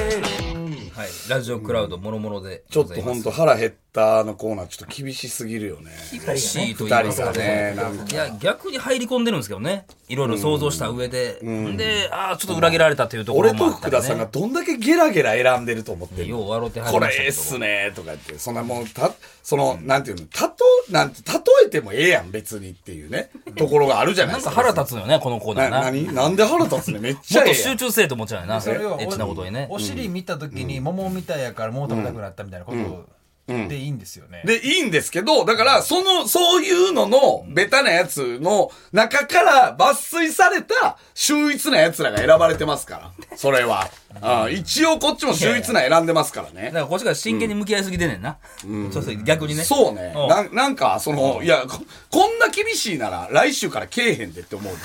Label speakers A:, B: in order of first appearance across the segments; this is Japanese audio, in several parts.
A: はい、ラジオクラウドもろもろで
B: ちょっと本当腹減ったのコーナーちょっと厳しすぎるよね。
A: 厳しいと言い
B: 二
A: ます
B: 人が
A: か
B: ね、なん
A: い
B: か。
A: や逆に入り込んでるんですけどねいろいろ想像した上で、でああちょっと裏切られたというところ
B: 俺と
A: もあった
B: 福
A: り、ね、
B: 田さんがどんだけゲラゲラ選んでると思ってんの
A: よう笑ってはり
B: こ
A: ま
B: れ
A: したけど
B: ええっすねとか言って、そんなもう、た、その、なんていうの、たと、なんて、例えてもええやん、別にっていうね、ところがあるじゃない
A: な
B: で
A: ん
B: す
A: か
B: か。
A: 腹立つよねこのコーナー
B: な、
A: な
B: なになんで腹立つねめっち
A: も
B: ゃ
A: っ
B: え
A: と
B: えや
A: 集
B: ん。
A: 中せえと思っちゃうよなエ
C: それは
A: ッチなことにね
C: お尻見た時に桃みたいやからもう食べたくなったみたいなことでいいんですよね、
B: で、いいんですけど、だから、その、そういうのの、ベタなやつの中から抜粋された、秀逸なやつらが選ばれてますから。それ は。うん一応こっちも秀逸な選んでますからね
A: だ。からこっちが真剣に向き合いすぎてんねんな、そうそう逆にね
B: そうね。
A: うん
B: なんなんか、その、いやこ、こんな厳しいなら、来週からけえへんでって 思うで。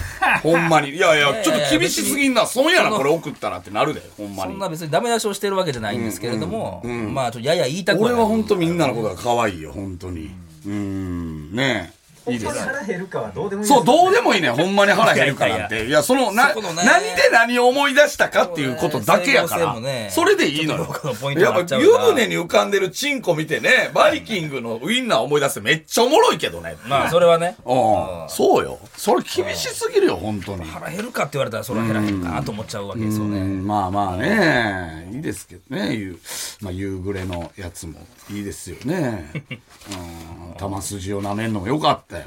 B: ほんまに。いやいや、ちょっと厳しすぎんな。損やな、
A: その
B: これ送ったらってなるで。ほんま
A: そ
B: に
A: ん。な別にダメ出しをしてるわけじゃないんですけれども、まあちょっとやや言いたくは
B: 俺
A: ない
B: は本当みんなのことが可愛いよ、本当に。うーん、ねえ。いいです。
D: 腹減るかはどうでもいい
B: そう、どうでもいいね。ほんまに腹減るかなんて。いや、その、な、
A: そこのね
B: 何で何を思い出したかっていうことだけやか
A: 整合性もね
B: ら。それでいいの
A: ちょ
B: よ
A: っと僕のポイ。ント
B: や
A: にな
B: っ
A: っち
B: ぱ
A: ゃう
B: 湯
A: な
B: 船に浮かんでるチンコ見てね、バイキングのウインナー思い出してめっちゃおもろいけどね。
A: まあそれはね
B: うん、そうよ。それ厳しすぎるよ、本当に。
A: 腹減るかって言われたらそれは減らへんかなと思っちゃうわけですよ
B: う
A: ね
B: ん、まあまあね、いいですけどね、夕まあ、夕暮れのやつもいいですよね。うん、玉筋を舐めるのもよかったよ。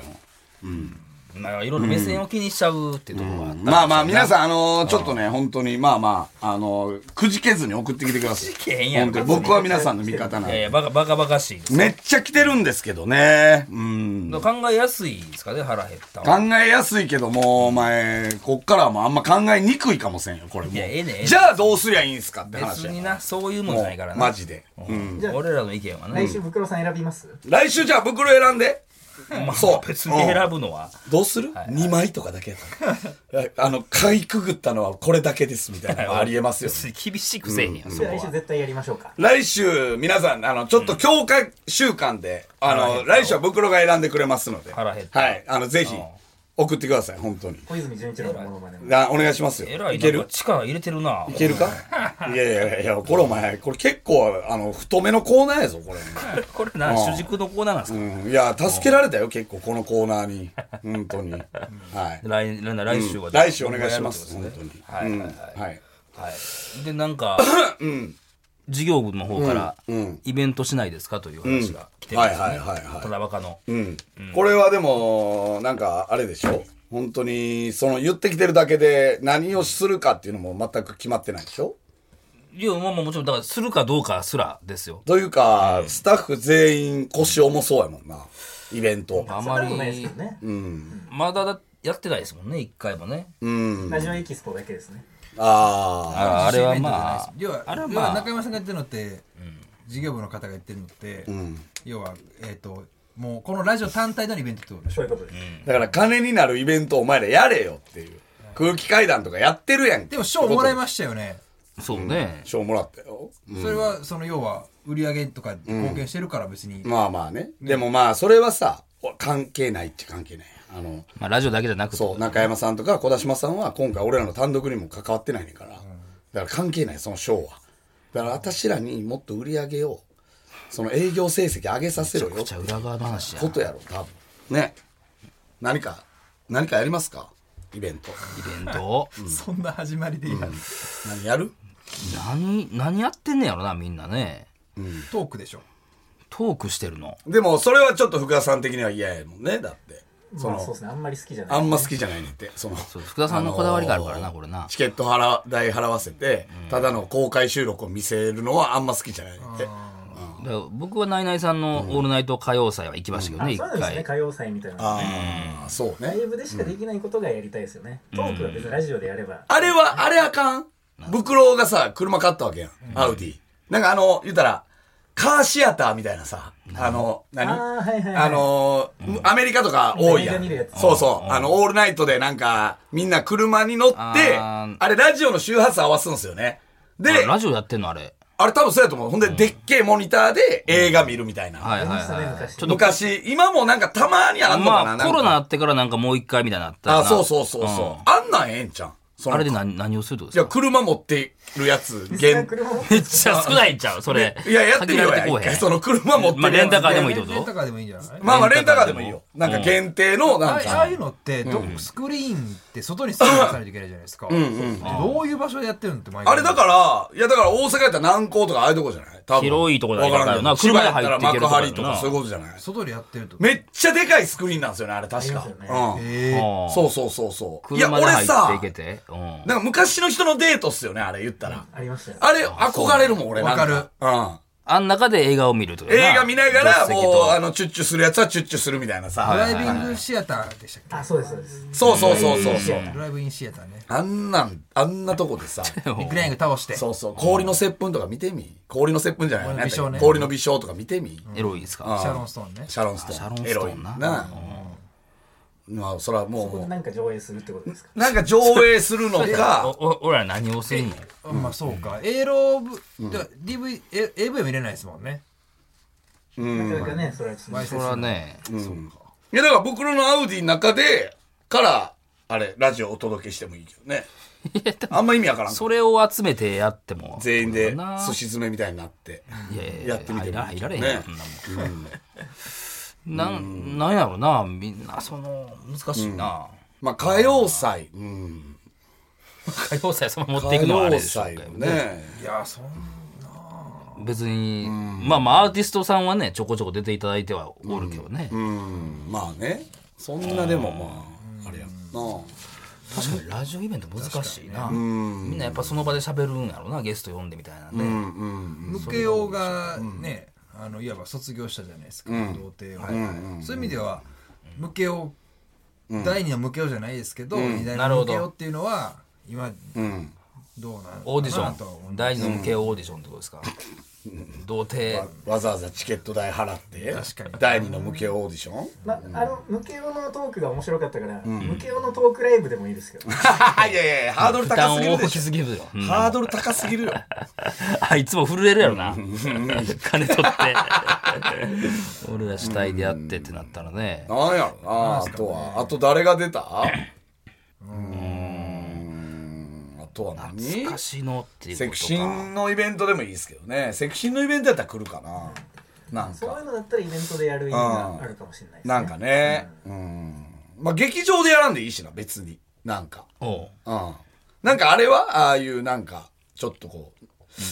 A: まあいろいろ目線を気にしちゃうっていうところがあった、
B: まあまあ、皆さん、あのーちょっとね、本当に、まあまあ、あのーくじけずに送ってきてください。
A: くじけへんやろ
B: 本当に僕は皆さんの味方なん
A: いやいや
B: で。
A: バカバカバカしいです
B: めっちゃ来てるんですけどね。うん。
A: 考えやすいですかね腹減った
B: 考えやすいけども、お前、こっからはもうあんま考えにくいかもせんよ、これもう。
A: いやええねええね
B: じゃあどうすりゃいいんすかって話
A: 別
B: や。
A: になそういうもん
B: も
A: じゃないから
B: う、
A: な
B: マジで。
A: うん俺らの意見はね
D: 来週袋さん選びます
B: 来週じゃあ袋選んで。
A: まあ
B: そう
A: 別に選ぶのは
B: どうする、二 ?2 枚とかだけやったらいやあの、かいくぐったのはこれだけですみたいなのはありえますよ。
A: 別に厳しくせえへんやんそ
D: じ
A: こ
D: ゃあ来週
A: は
D: 絶対やりましょうか
B: 来週、皆さん、あの、ちょっと強化週間で、あの、来週は袋が選んでくれますので。
A: 腹減った
B: はい。あの、ぜひ
A: うん、
B: 送ってください、本当に。
D: 小泉純一郎のものまねも
B: あお願いしますよ。
A: えらい
B: け
A: なん
B: る
A: か力入れてるない
B: けるかいやいやいや、これお前、これ結構、あの、太めのコーナーやぞ、これ。
A: これな
B: うん
A: 主軸のコーナーなんですか
B: うん。いや、助けられたよ、結構、このコーナーに。本当に。はい。
A: 来来来週は、
B: 来週お願いします、
A: 僕
B: 本
A: がやる
B: 当に
A: ってことですね。はいは
B: う
A: いはい、
B: んはい。
A: はい、でなん か、事業部の方から、イベントしないですかという話が来てるんですよ
B: はい
A: ね
B: はいはいはい
A: ただバカの、
B: うんこれはでも、なんか、あれでしょ本当に、その言ってきてるだけで何をするかっていうのも全く決まってないでしょ
A: いやまあまあもちろんだからするかどうかすらですよ
B: というか、スタッフ全員腰重そうやもんな。イベント。
A: あ
D: そん
A: ま
D: なこ
A: り
D: とないですけどね
A: まだだやってないですもんね一回もね、
D: ラジオエキスポだけですね
B: ああ。
A: ああれは
C: イベントじゃ
A: ま
C: ないで
A: あ
C: す要は
A: あれは
C: 要は
A: まあ
C: 中山さんが言ってるのって、事業部の方が言ってるのって、要はえっ、ともうこのラジオ単体のイベントってことでし
D: そうい
C: ょ
D: うことです
B: だから金になるイベントお前らやれよっていう。空気階段とかやってるやんけ
C: でも賞もらい
B: し
C: ましたよね
A: そうね、
B: 賞もらったよ。
C: それはその要は売り上げとかで貢献してるから別に、
B: まあまあね。でもまあ、それはさ、関係ないっちゃ関係ない。あの、
A: まあ、ラジオだけじゃなくて
B: そう、中山さんとか小田島さんは今回俺らの単独にも関わってないねんから。だから関係ない、その賞は。だから私らにもっと売り上げを、その営業成績上げさせろよ
A: じゃあ裏側の話やな
B: ことやろ、多分。ね。何か、何かやりますかイベント。
A: イベント
C: そんな始まりでいいや、
B: 何やる
A: 何何やってんねやろなみんなね
C: トークでしょ
A: トークしてるの
B: でも、それはちょっと福田さん的には嫌やもんね、だって。そ
D: まあそう
B: の
D: で、すねあんまり好きじゃない
B: あんま好きじゃないねんって。その、
A: そう福田さんのこだわりがあるからな、
B: あのー
A: これな
B: チケット払代払わせて、ただの公開収録を見せるのはあんま好きじゃないねんって。
A: だから僕はナイナイさんの「オールナイト歌謡祭」は行きましたけどね、一
D: そうなんですね
A: 回
D: 歌謡祭みたいな
B: ああ、そう
D: ラ
B: ね。
D: イブでしかできないことがやりたいですよねトークは別にラジオでやれば
B: あれは、あれあかん。袋がさ、車買ったわけやん。アウディ。なんかあの、言うたら、カーシアターみたいなさ、あの、何
D: あーはいはいはい
B: あのー、アメリカとか多いや
D: アメリカ見る
B: ん
D: や。つ
B: そうそう。あの、オールナイトでなんか、みんな車に乗って、
A: あ
B: あ
A: ー
B: れラジオの周波数合わすんですよね。で、
A: あラジオやってんのあれ
B: あれ多分そうやと思う。ほんで、でっけえモニターで映画見るみたいな。
A: はいはい
D: ありましたね
A: はいちょ
D: 昔
A: っと
B: 昔、今もなんかたまにあんのかな
A: ま
B: な
A: あ
B: んか
A: コロナあってからなんかもう一回みたいになったよ
B: あ、
A: な
B: そうそうそうそう。あんなんええんちゃん。その
A: あれで何何をするってこと
B: じゃ
A: で
B: あ車持ってるやつ限
D: 車
A: す
D: も
A: かめっちゃ少ないんちゃうそれ
B: いややってみよう
A: 限られ
B: や
A: て
B: 一
A: こうへ
B: 回
A: ん
B: その車持って
A: まあ
B: るや
A: レン
B: つ
A: タカーでもいいってこ
C: レンタ
A: と
C: カーでもいいんじゃない
B: まあまあレンタカーでもいいよなんか限定の
C: あ
B: なん
C: あああ
B: か
C: いうのってどスクリーンって外にスクリーン出さないといけないじゃないですかでどういう場所でやってるのって毎回
B: あれだからいやだから大阪やったら南港とかああいうとこじゃない多分
A: 広いとこだ
B: わ
A: よ
B: からんけど
A: だからな
B: 千葉やったら
A: 車で入っていけ
B: 幕
A: るとこだよ
B: 張と
A: な
B: かそういうことじゃない
C: 外でやってると
B: めっちゃでかいスクリーンなんですよねあれ確か
D: あります
B: う
D: よ
B: ん
C: えー
A: うん
B: そうそうそうそういや
A: 車で
B: 俺
A: 入
B: さ
A: っていけてうん
B: なんか昔の人のデートっすよねあれ言ったら
D: ありましたよ。
B: あれ憧れるもん俺なん
C: わ
B: うん
A: あん中で映画を見るとかな
B: 映画見ながら
A: 助手席
B: もう
A: と
B: あのチュッチュするやつはチュッチュするみたいなさ
C: ドライビングシアターでしたっけ
D: あ、そうです、そうです。
B: そうそうそうそうそう
C: ドライブインシアターね
B: あんなんあんなとこでさ
C: リクライニング倒して
B: そうそう氷の接吻とか見てみ氷の接吻じゃない
C: 氷の微笑ね
B: 氷の微笑とか見てみ
A: エロいです
B: あ
A: か
C: シャロンストーンね
B: シャロンスト
A: シャロ
B: ー
A: ン
B: ン
A: ス
B: エ
A: ト
B: ロ
A: ー
B: い
A: ンな
B: なまあそれはもう
D: なんか上映するってことですか
B: なんか上映するの
A: お
B: か
A: お俺ら何をするんや
C: あまあそうか A ロブ DV A- AV は見れないですもんね
D: なかなかね、それはちょっ
A: それはね
B: いやだから僕らのアウディの中でからあれラジオお届けしてもいいけどねあんま意味わからん
A: それを集めてやっても
B: 全員
A: どう
B: で
A: かな
B: すし詰めみたいになって
A: いやいやい
B: やってみても
A: 入ら入られへん
B: ね
A: やんそんなもんなんなんやろなみんなその難しいな
B: まあ歌謡祭うん
A: 歌謡祭そのまま持ってい
B: 歌
A: くのはあれ
B: 謡
A: でしょう
B: 祭
A: けど
B: もね
C: いやそん
A: 別にまあまあアーティストさんはねちょこちょこ出ていただいてはおるけどね
B: うんまあねそんなでもまああれやんな
A: 確かにラジオイベント難しいなみんなやっぱその場で喋るんやろなゲスト呼んでみたいなんで
C: ムケオがねあのいわば卒業したじゃないですか童貞をはいそういう意味ではムケオ第二のムケオじゃないですけど二代
A: なる
C: の
A: ほ
C: ム
A: ど
C: ケオっていうのは今
B: うん
C: どうなの
A: オーディシ
C: かなとは思
A: ョ
C: う
A: ン第二の向けオーディションってことですか童貞
B: わざわざチケット代払って
C: 確かに
B: 第二の無形オーディ ション
D: まあの、ムケオのトークが面白かったから、ムケオのトークライブでもいいですけど。
B: いやいやハードル
A: 負
B: 高
A: 担
B: すぎる
A: 大
B: で
A: き
B: しょ
A: すぎるようん
B: ハードル高すぎるよ
A: あいつも震えるやろな 金取って俺ら主体でやってってなったらね
B: なんやろなあとはあと誰が出たうんあとは何
A: 難しいのっていう
B: セ
A: こ
B: ク
A: と
B: シ
A: か
B: ンのイベントでもいいですけどねセクシンのイベントやったら来るかななん
D: そう
B: か
D: いうのだったらイベントでやる意味があるかもしれないですね。
B: なんかねうんまあ劇場でやらんでいいしな別になんか
A: おう
B: うんなんかあれはああいうなんかちょっとこう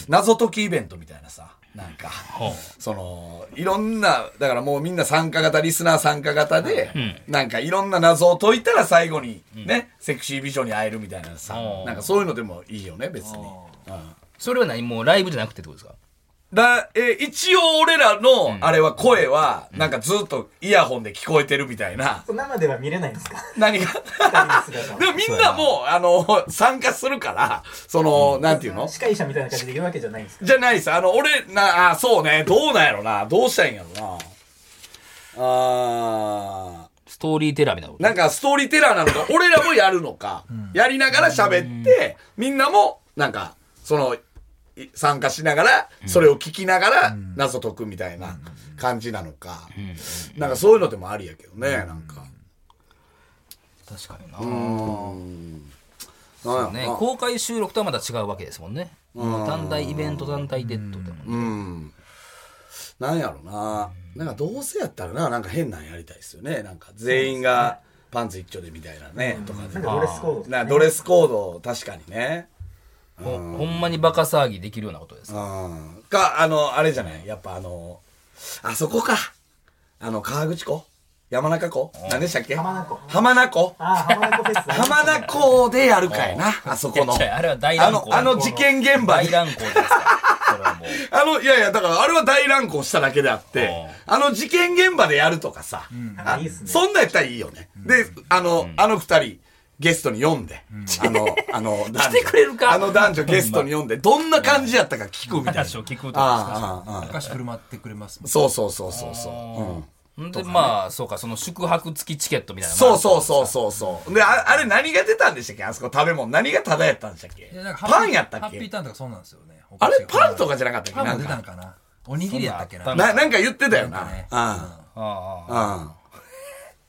B: 謎解きイベントみたいなさなんかそのいろんなだからもうみんな参加型リスナー参加型で、なんかいろんな謎を解いたら最後にね、セクシー美女に会えるみたいなさ
A: うん
B: なんかそういうのでもいいよね別に。
A: それは何もうライブじゃなくてってことですか
B: だえー一応俺らのあれは声はなんかずっとイヤホンで聞こえてるみたいな、
D: 生では見れないんですか
B: 何が
D: 二人の姿は
B: でもみんなもうあの参加するからその、なんていうの
D: 司会者みたいな感じで言うわけじゃないんですか
B: じゃないです。あの、俺、な、あ、そうね。どうなんやろな。どうしたいんやろな。あ
A: ストーリーテラーみたいなこ
B: ー
A: と
B: なんかストーリーテラーなのか、俺らもやるのか、やりながら喋って、みんなも、なんか、その、い参加しながら、それを聞きながら、謎解くみたいな感じなのか、なんかそういうのでもありやけどね、なんか。
A: 確かにな
B: うん。
A: そう
B: なんや
A: ね
B: ろな
A: 公開収録とはまた違うわけですもんね単体イベント単体でってことだもんね
B: うん。なんやろな。なんかどうせやったらな、なんか変なんやりたいですよね。なんか全員がパンツ一丁でみたいなね、とか
D: なん
B: で。
D: かドレスコードとか
B: なドレスコード、確かにね。
A: ほほんまにバカ騒ぎできるようなことです
B: う
A: か
B: ん。か、あの、あれじゃないやっぱあの、あそこか。あの、川口湖山中湖何でしたっけ
D: 浜名湖
B: 浜名湖
D: ああ、浜名湖フェスありました
B: 浜
D: ね
B: 名湖でやるかいな、あそこの
A: い。や違うあれは大
B: あ
A: 乱
B: の
A: 行、
B: あの事件現場
A: 大
B: に
A: 乱行ですからそれは もう
B: あの、いやいや、だからあれは大乱行しただけであって、あの事件現場でやるとかさ、あ
D: いいっすね
B: そんなんやったらいいよね。で、あの、あの二人、ゲストに読んで、あの、あの、 男女
A: 来てくれるか
B: あの男女ゲストに読んで、どんな感じやったか聞くみたいな。
A: 話を聞くとか
B: あああああ
C: お菓子振る舞ってくれますも
B: あ
C: ん
B: そうそうそうそうそう。うん
A: んでまあそうかその宿泊付きチケットみたいなのもあ
B: そ
A: る
B: うそうそうそうそう。で、ああれ何が出たんでしたっけあそこ食べ物。何がタダやったんでしたっけ
C: いやなんかハッピー
B: パンやった
C: ハ
B: っ
C: ッピー
B: け
C: ターンとかそうなんですよね
B: あれパンと
C: か
B: かじゃなかったっけ
C: パン
B: な
C: も
B: ん
C: 出たん
B: か
C: かなおにぎりやったっけな
A: そんなあ
B: な、なんか言ってたよ
C: なんか
B: な
C: ね。
B: ああ
A: ああ
B: うん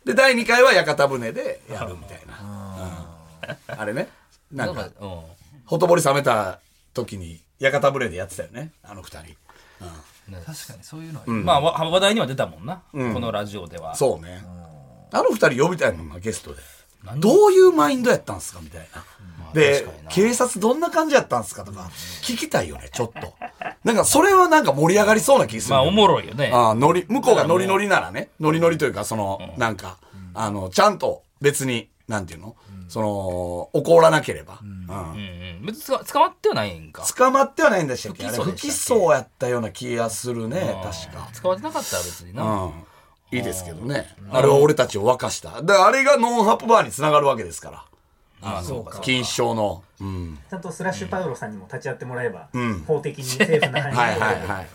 B: で第2回は屋形船でやるみたいな、うんあれねなん
A: なん
B: か
A: か、うん。
B: ほとぼり冷めた時に屋形船でやってたよねあの二人
C: 確かにそういうのは、
A: まあ、わ話題には出たもんな、このラジオでは。
B: そうねあの二人呼びたいもんなゲストでどういうマインドやったんすかみたいな、で警察どんな感じやったんすかとか聞きたいよねちょっとなんかそれはなんか盛り上がりそうな気する
A: まあ、
B: よ
A: おもろいよね。
B: ああ、ノリ、向こうがノリノリならね、ノリノリというか、その、なんか、あの、ちゃんと別に、なんていうのその、怒らなければ。うん
A: うんうん。別につか捕まってはないんか。
B: 捕まってはないんでしたっけあれ
A: 不
B: 不
A: 起
B: 起
A: 訴
B: 訴やったような気がするね、確か。
A: 捕まってなかったら別にな。
B: うん。いいですけどね。あれは俺たちを沸かした。で、あれがノンハップバーにつながるわけですから。
A: まあ、そうか。
B: 金賞の。うん。
D: ちゃんとスラッシュパウロさんにも立ち会ってもらえば、法的に政府の範囲で
B: はいはいはい。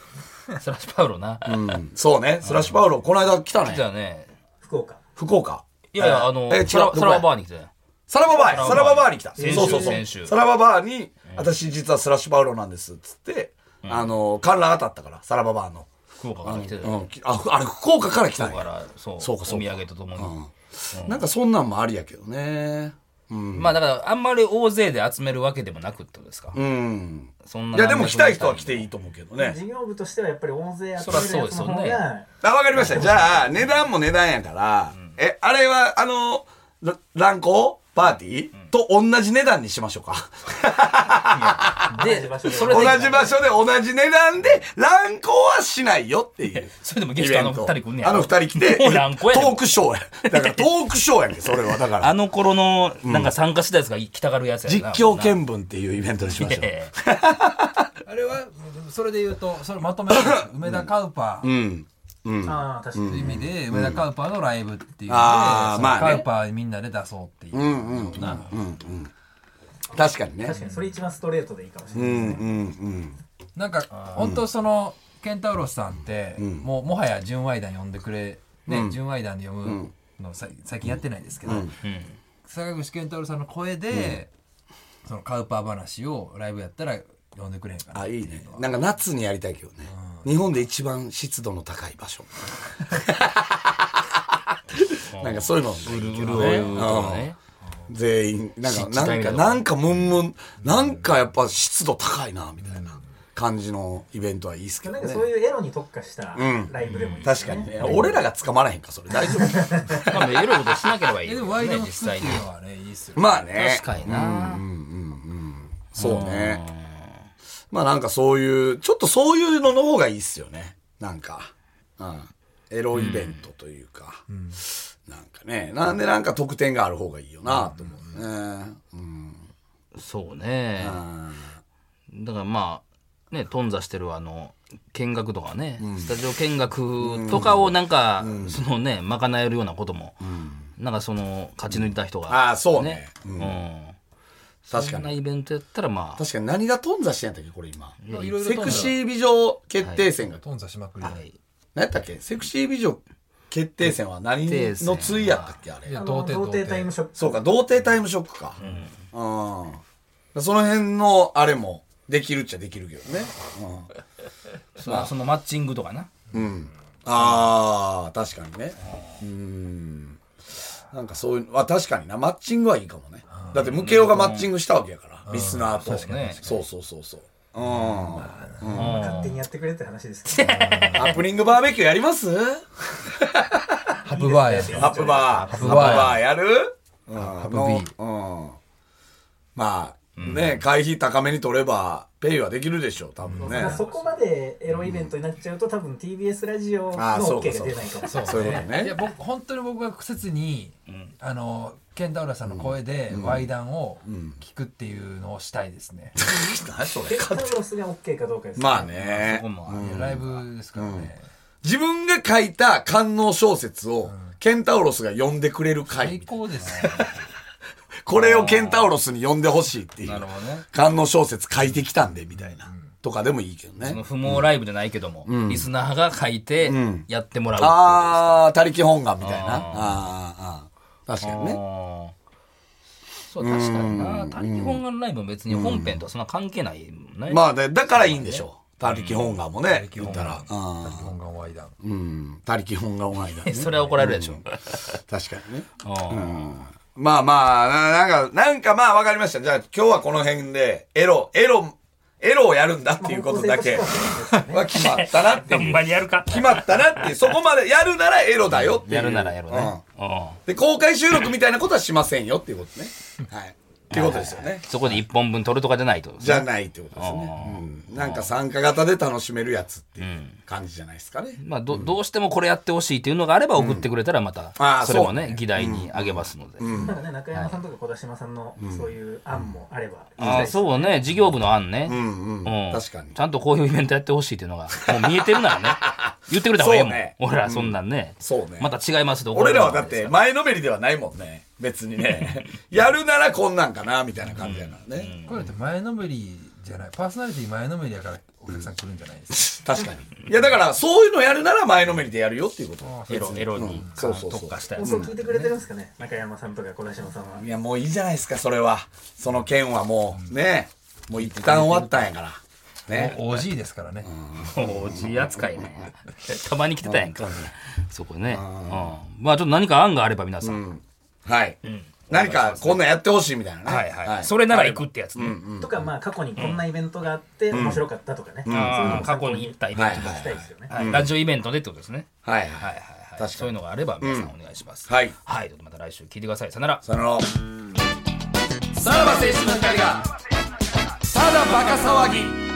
A: スラッシュパウロな。
B: うんそうね。スラッシュパウロ、この間来た
A: じゃ
B: ね。
A: あね。
D: 福岡
B: 福岡。
A: いやい
B: え
A: や、
B: ー
A: あの
B: え、違う
A: サラ
B: どこや
A: サラバーに来てたよ。
B: さらばバーへ、
A: さ
B: さ
A: ら
B: ら
A: ば
B: ば
A: バ
B: バ
A: ー
B: ーに来た。
A: 先週
B: そうそう
A: 先
B: そ
A: 週
B: う。さらばバーに、私実はスラッシュパウロなんです、つって、あの、観覧当たったから、さらばバーの。
A: 福岡から来てた
B: う
A: よ。
B: ん、あ、ふあれ、福岡から来たん
A: だ
B: や
A: から、そう。
B: そうかそうか
A: お土産とともに。
B: なんかそんなんもありやけどね。うん。
A: まあ、だから、あんまり大勢で集めるわけでもなくってことですか。
B: うん。
A: そんない
B: や、でも来たい人は来ていいと思うけどね。
D: 事業部としてはやっぱり大勢集
A: そりゃそう
D: める
A: で
D: やつ
A: すよ
D: の
A: ね
D: 方が
B: あ、わかりました。じゃあ、値段も値段やから、え、あれは、あの、ら乱行パーティー、と同じ値段にしましょう か。
A: で
D: 同じ場所で
A: それ
B: 同
A: で
B: じ場所で同じ値段で、乱行はしないよっていう。
A: それでもゲストあの二人来んねや
B: あの二人来て、
A: もう乱行やで
B: トークショーや。だからトークショーやんけ、それは。だか
A: あ
B: ら。
A: の頃のなんか参加したやつが来たがるやつや
B: 実
A: な
B: 況見分っていうイベントにしましょう。
A: ええ
C: あれはそれで言うとそれまとめると梅田カウパー
B: うん。
D: ああ確か
C: という
D: に
C: 意味で、梅田カウパーのライブっていうので、
B: あー
C: その
B: まあね
C: カウパーにみんなで出そうっていう、ような
B: 確かにね
D: 確。かにそれ一番ストレートでいいかもしれ
B: う
D: ない
B: んうん
C: なんか本当そのケンタウロスさんって、もうもはや純愛団呼んでくれね、純愛団で呼ぶのさ最近やってないですけど、坂口健太郎さんの声で、そのカウパー話をライブやったら呼んでくれへんか
B: うん。
C: な
B: あ、いいね。なんか夏にやりたいけどね。日本で一番湿度の高い場 所。なんかそういうのもいいけどね。
A: うとかね
B: 全員、なんか、
A: 湿地
B: な
A: 帯み
B: ん
A: た
B: か、
A: いな
B: なんか、ムンムン、なんかやっぱ湿度高いな、みたいな感じのイベントはいいっすけど
D: なん
B: ね
D: か。そういうエロに特化したライブでもいいです
B: 確
D: ね
B: かにね。俺らが捕まらへんか、それ。大丈 夫
A: まあエロいことしなければいい
C: え
A: け
C: で
A: ど
C: もワイ
A: ね
C: ドも
A: 実
C: つくって
A: 際
C: い
A: に
C: うのはねいいっすよね
B: まあね。
A: 確かにな
B: そうね。まあなんかそういう、ちょっとそういうのの方がいいっすよね。なんか。うん。エロイベントというか。なんかね。なんでなんか特典がある方がいいよな、と思うね。うん。
A: そうねだからまあね頓挫してるあの見学とかねスタジオ見学とかをなんかそのね賄えるようなこともなんかその勝ち抜いた人が
B: ああ、そう
A: ね
B: ね。
A: うん
B: 確か
A: そんな
B: に。
A: イベントやったらまあ
B: 確かに何が頓挫してんやったっけこれ今。
C: いろいろ
B: セクシー美女決定戦が。
C: 頓挫しまくりで
B: 何やったっけセクシー美女決定戦は何
A: 定戦
B: の対やったっけあれ
C: い。や
D: あの
C: 童貞
D: 童
C: 童
D: 貞タイム
C: 貞
D: ショップ
B: そうか、童貞タイムショックか。うん。その辺のあれもできるっちゃできるけどね。
A: そのそのマッチングとかな
B: うん。うん、ああ、確かにね。うん。なんかそういう、あ、確かにな、マッチングはいいかもね。だって、ムケオがマッチングしたわけやから、リスナーと。
A: 確かに
B: そうそうそうそう。うん。
D: 勝手にやってくれって話ですけど
B: ハプニングバーベキューやります
C: ハプバーや
B: ハプバー。ハ
C: プ
B: プ
C: バー
B: バーやるうん。ハ
C: プ B
B: うん。まあ、ね、会費高めに取れば、ペイはできるでしょう、多分ね。
D: そこまでエロイベントになっちゃうと多分 TBS ラジオの
B: あーそう
D: OK
B: か
D: が出ないかもしれない
B: そういうことね
C: いや僕本当に僕が切に、あのケンタウロスさんの声でワイダンを聞くっていうのをしたいですね、
B: 何それ
D: ケンタウロスが OK かどうかですね
B: まあ
A: そこ
B: ね。
A: もある
C: いやライブですからね、
B: 自分が書いた官能小説を、ケンタウロスが読んでくれる回。
C: 最高ですね
B: これをケンタウロスに読んでほしいってい
A: な
B: う
A: るほどね。
B: 官能小説書いてきたんで、みたいな。とかでもいいけど
A: その
B: ね。
A: 不毛ライブじゃないけども、リスナーが書いてやってもらうっていう
B: あー、他力本願みたいな。あーあー、あー確かにね。
A: あーそう確かにな他力本願ライブも別に本編とはそんな関係ないもんね、
B: まあね、だからいいんでしょう。他力本願もね、言ったら。
C: 日本がワイダン
B: うん。他力本願お前だね。
A: それは怒られるでしょ、
B: 確かにね。
A: うん
B: まあまあ、ななんか、なんかまあわかりました。じゃあ今日はこの辺で、エロ、エロ、エロをやるんだっていうことだ けは決まったなって
E: ほ
B: い
E: ん
B: う。
E: まにやるか
B: 決まったなっていう、そこまでやるならエロだよっていう。
A: やるならやろうね、
B: うん
A: うん
B: で、公開収録みたいなことはしませんよっていうことね。はい。っていうことですよね。
A: そこで一本分取るとかじゃないと
B: じゃないってことですね。うんなんか参加型で楽しめるやつっていう感じじゃないですかね。
A: まあ、どどうしてもこれやってほしいっていうのがあれば送ってくれたらま
B: あ
A: た
B: あ
A: それも
B: そう
A: ね議題にあげますので、
D: なんかね、中山さんとか小田島さんのそういう案もあれば、
A: ああそうね事業部の案ね、
B: うんうん。
A: うん
B: 確かに
A: ち。ゃんとこういうイベントやってほしいっていうのがもう見えてるな らね言ってくれた方がええもん、
B: そうね
A: 俺らそんなんね、
B: そうね
A: また違いますと
B: 俺らはだって前のめりではないもんね。別に ね。やるならこんなんかな、みたいな感じやからね。
C: これだって前のめりじゃないパーソナリティ前のめりだからお客さん来るんじゃないです
B: 確かに。いやだからそういうのやるなら前のめりでやるよっていうこと。
A: エロエロに
B: うんそうそうそう。
A: 特化したや
D: 放
A: つ
D: 送聞いてくれてるんですかね、中山さんとか小田島さんはい
B: やもういいじゃないですか、それは。その件はもう、ね。もう一旦終わったんやから。ね
C: か。OG ですからね
A: おじ扱いね たまに来てたやんかそこね、うんまあちょっと何か案があれば皆さん、
B: はい。何かこんなんやってほしいみたいなね。
E: はいはい、それなら行くってやつね、
D: とか、まあ、過去にこんなイベントがあって、面白かったとかね。そういうの
A: ああ
D: も
A: 過
D: 参
A: 去
D: 考
A: に行
D: に
A: っ
D: した
A: イベント
B: はい
A: と
B: は
A: か
B: い
D: たいですよね。
A: はいラジオイベントでってことですね
B: はいは
A: は
B: いい。
A: はい
B: か
A: はい。
B: に
A: そういうのがあれば皆さんお願いします。
B: はい
A: はい。ということでまた来週聞いてください。さよなら。
B: その、さらば青春の光が、ただバカ騒ぎ。